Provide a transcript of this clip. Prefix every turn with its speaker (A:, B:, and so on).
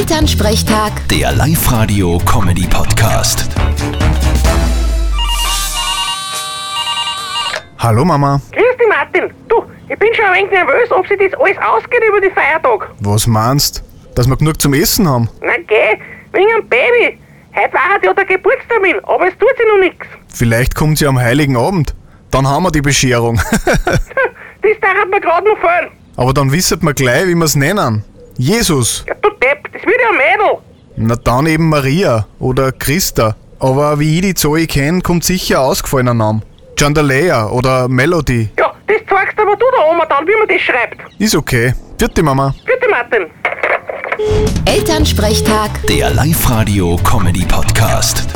A: Elternsprechtag,
B: Der Live-Radio-Comedy-Podcast.
C: Hallo Mama,
D: Grüß dich, Martin. Du, ich bin schon ein wenig nervös, ob sich das alles ausgeht über die Feiertag.
C: was meinst? Dass wir genug zum Essen haben?
D: Na geh, wegen einem Baby. Heute war halt ja der Geburtstermin, aber es tut sich noch nichts.
C: Vielleicht kommt sie am Heiligen Abend. Dann haben wir die Bescherung.
D: Das darf mir gerade noch fallen.
C: Aber dann wissen wir gleich, wie wir es nennen. Jesus.
D: Ja, du Depp, das wird ja ein Mädel.
C: Na dann eben Maria oder Christa. Aber wie ich die Zoe kenne, kommt sicher ein ausgefallener Name. Chandelier oder Melody.
D: Ja, das zeigst aber du der Oma dann, wie man das schreibt.
C: Ist okay. Vierte Mama.
D: Bitte, Martin.
A: Elternsprechtag.
B: Der Live-Radio-Comedy-Podcast.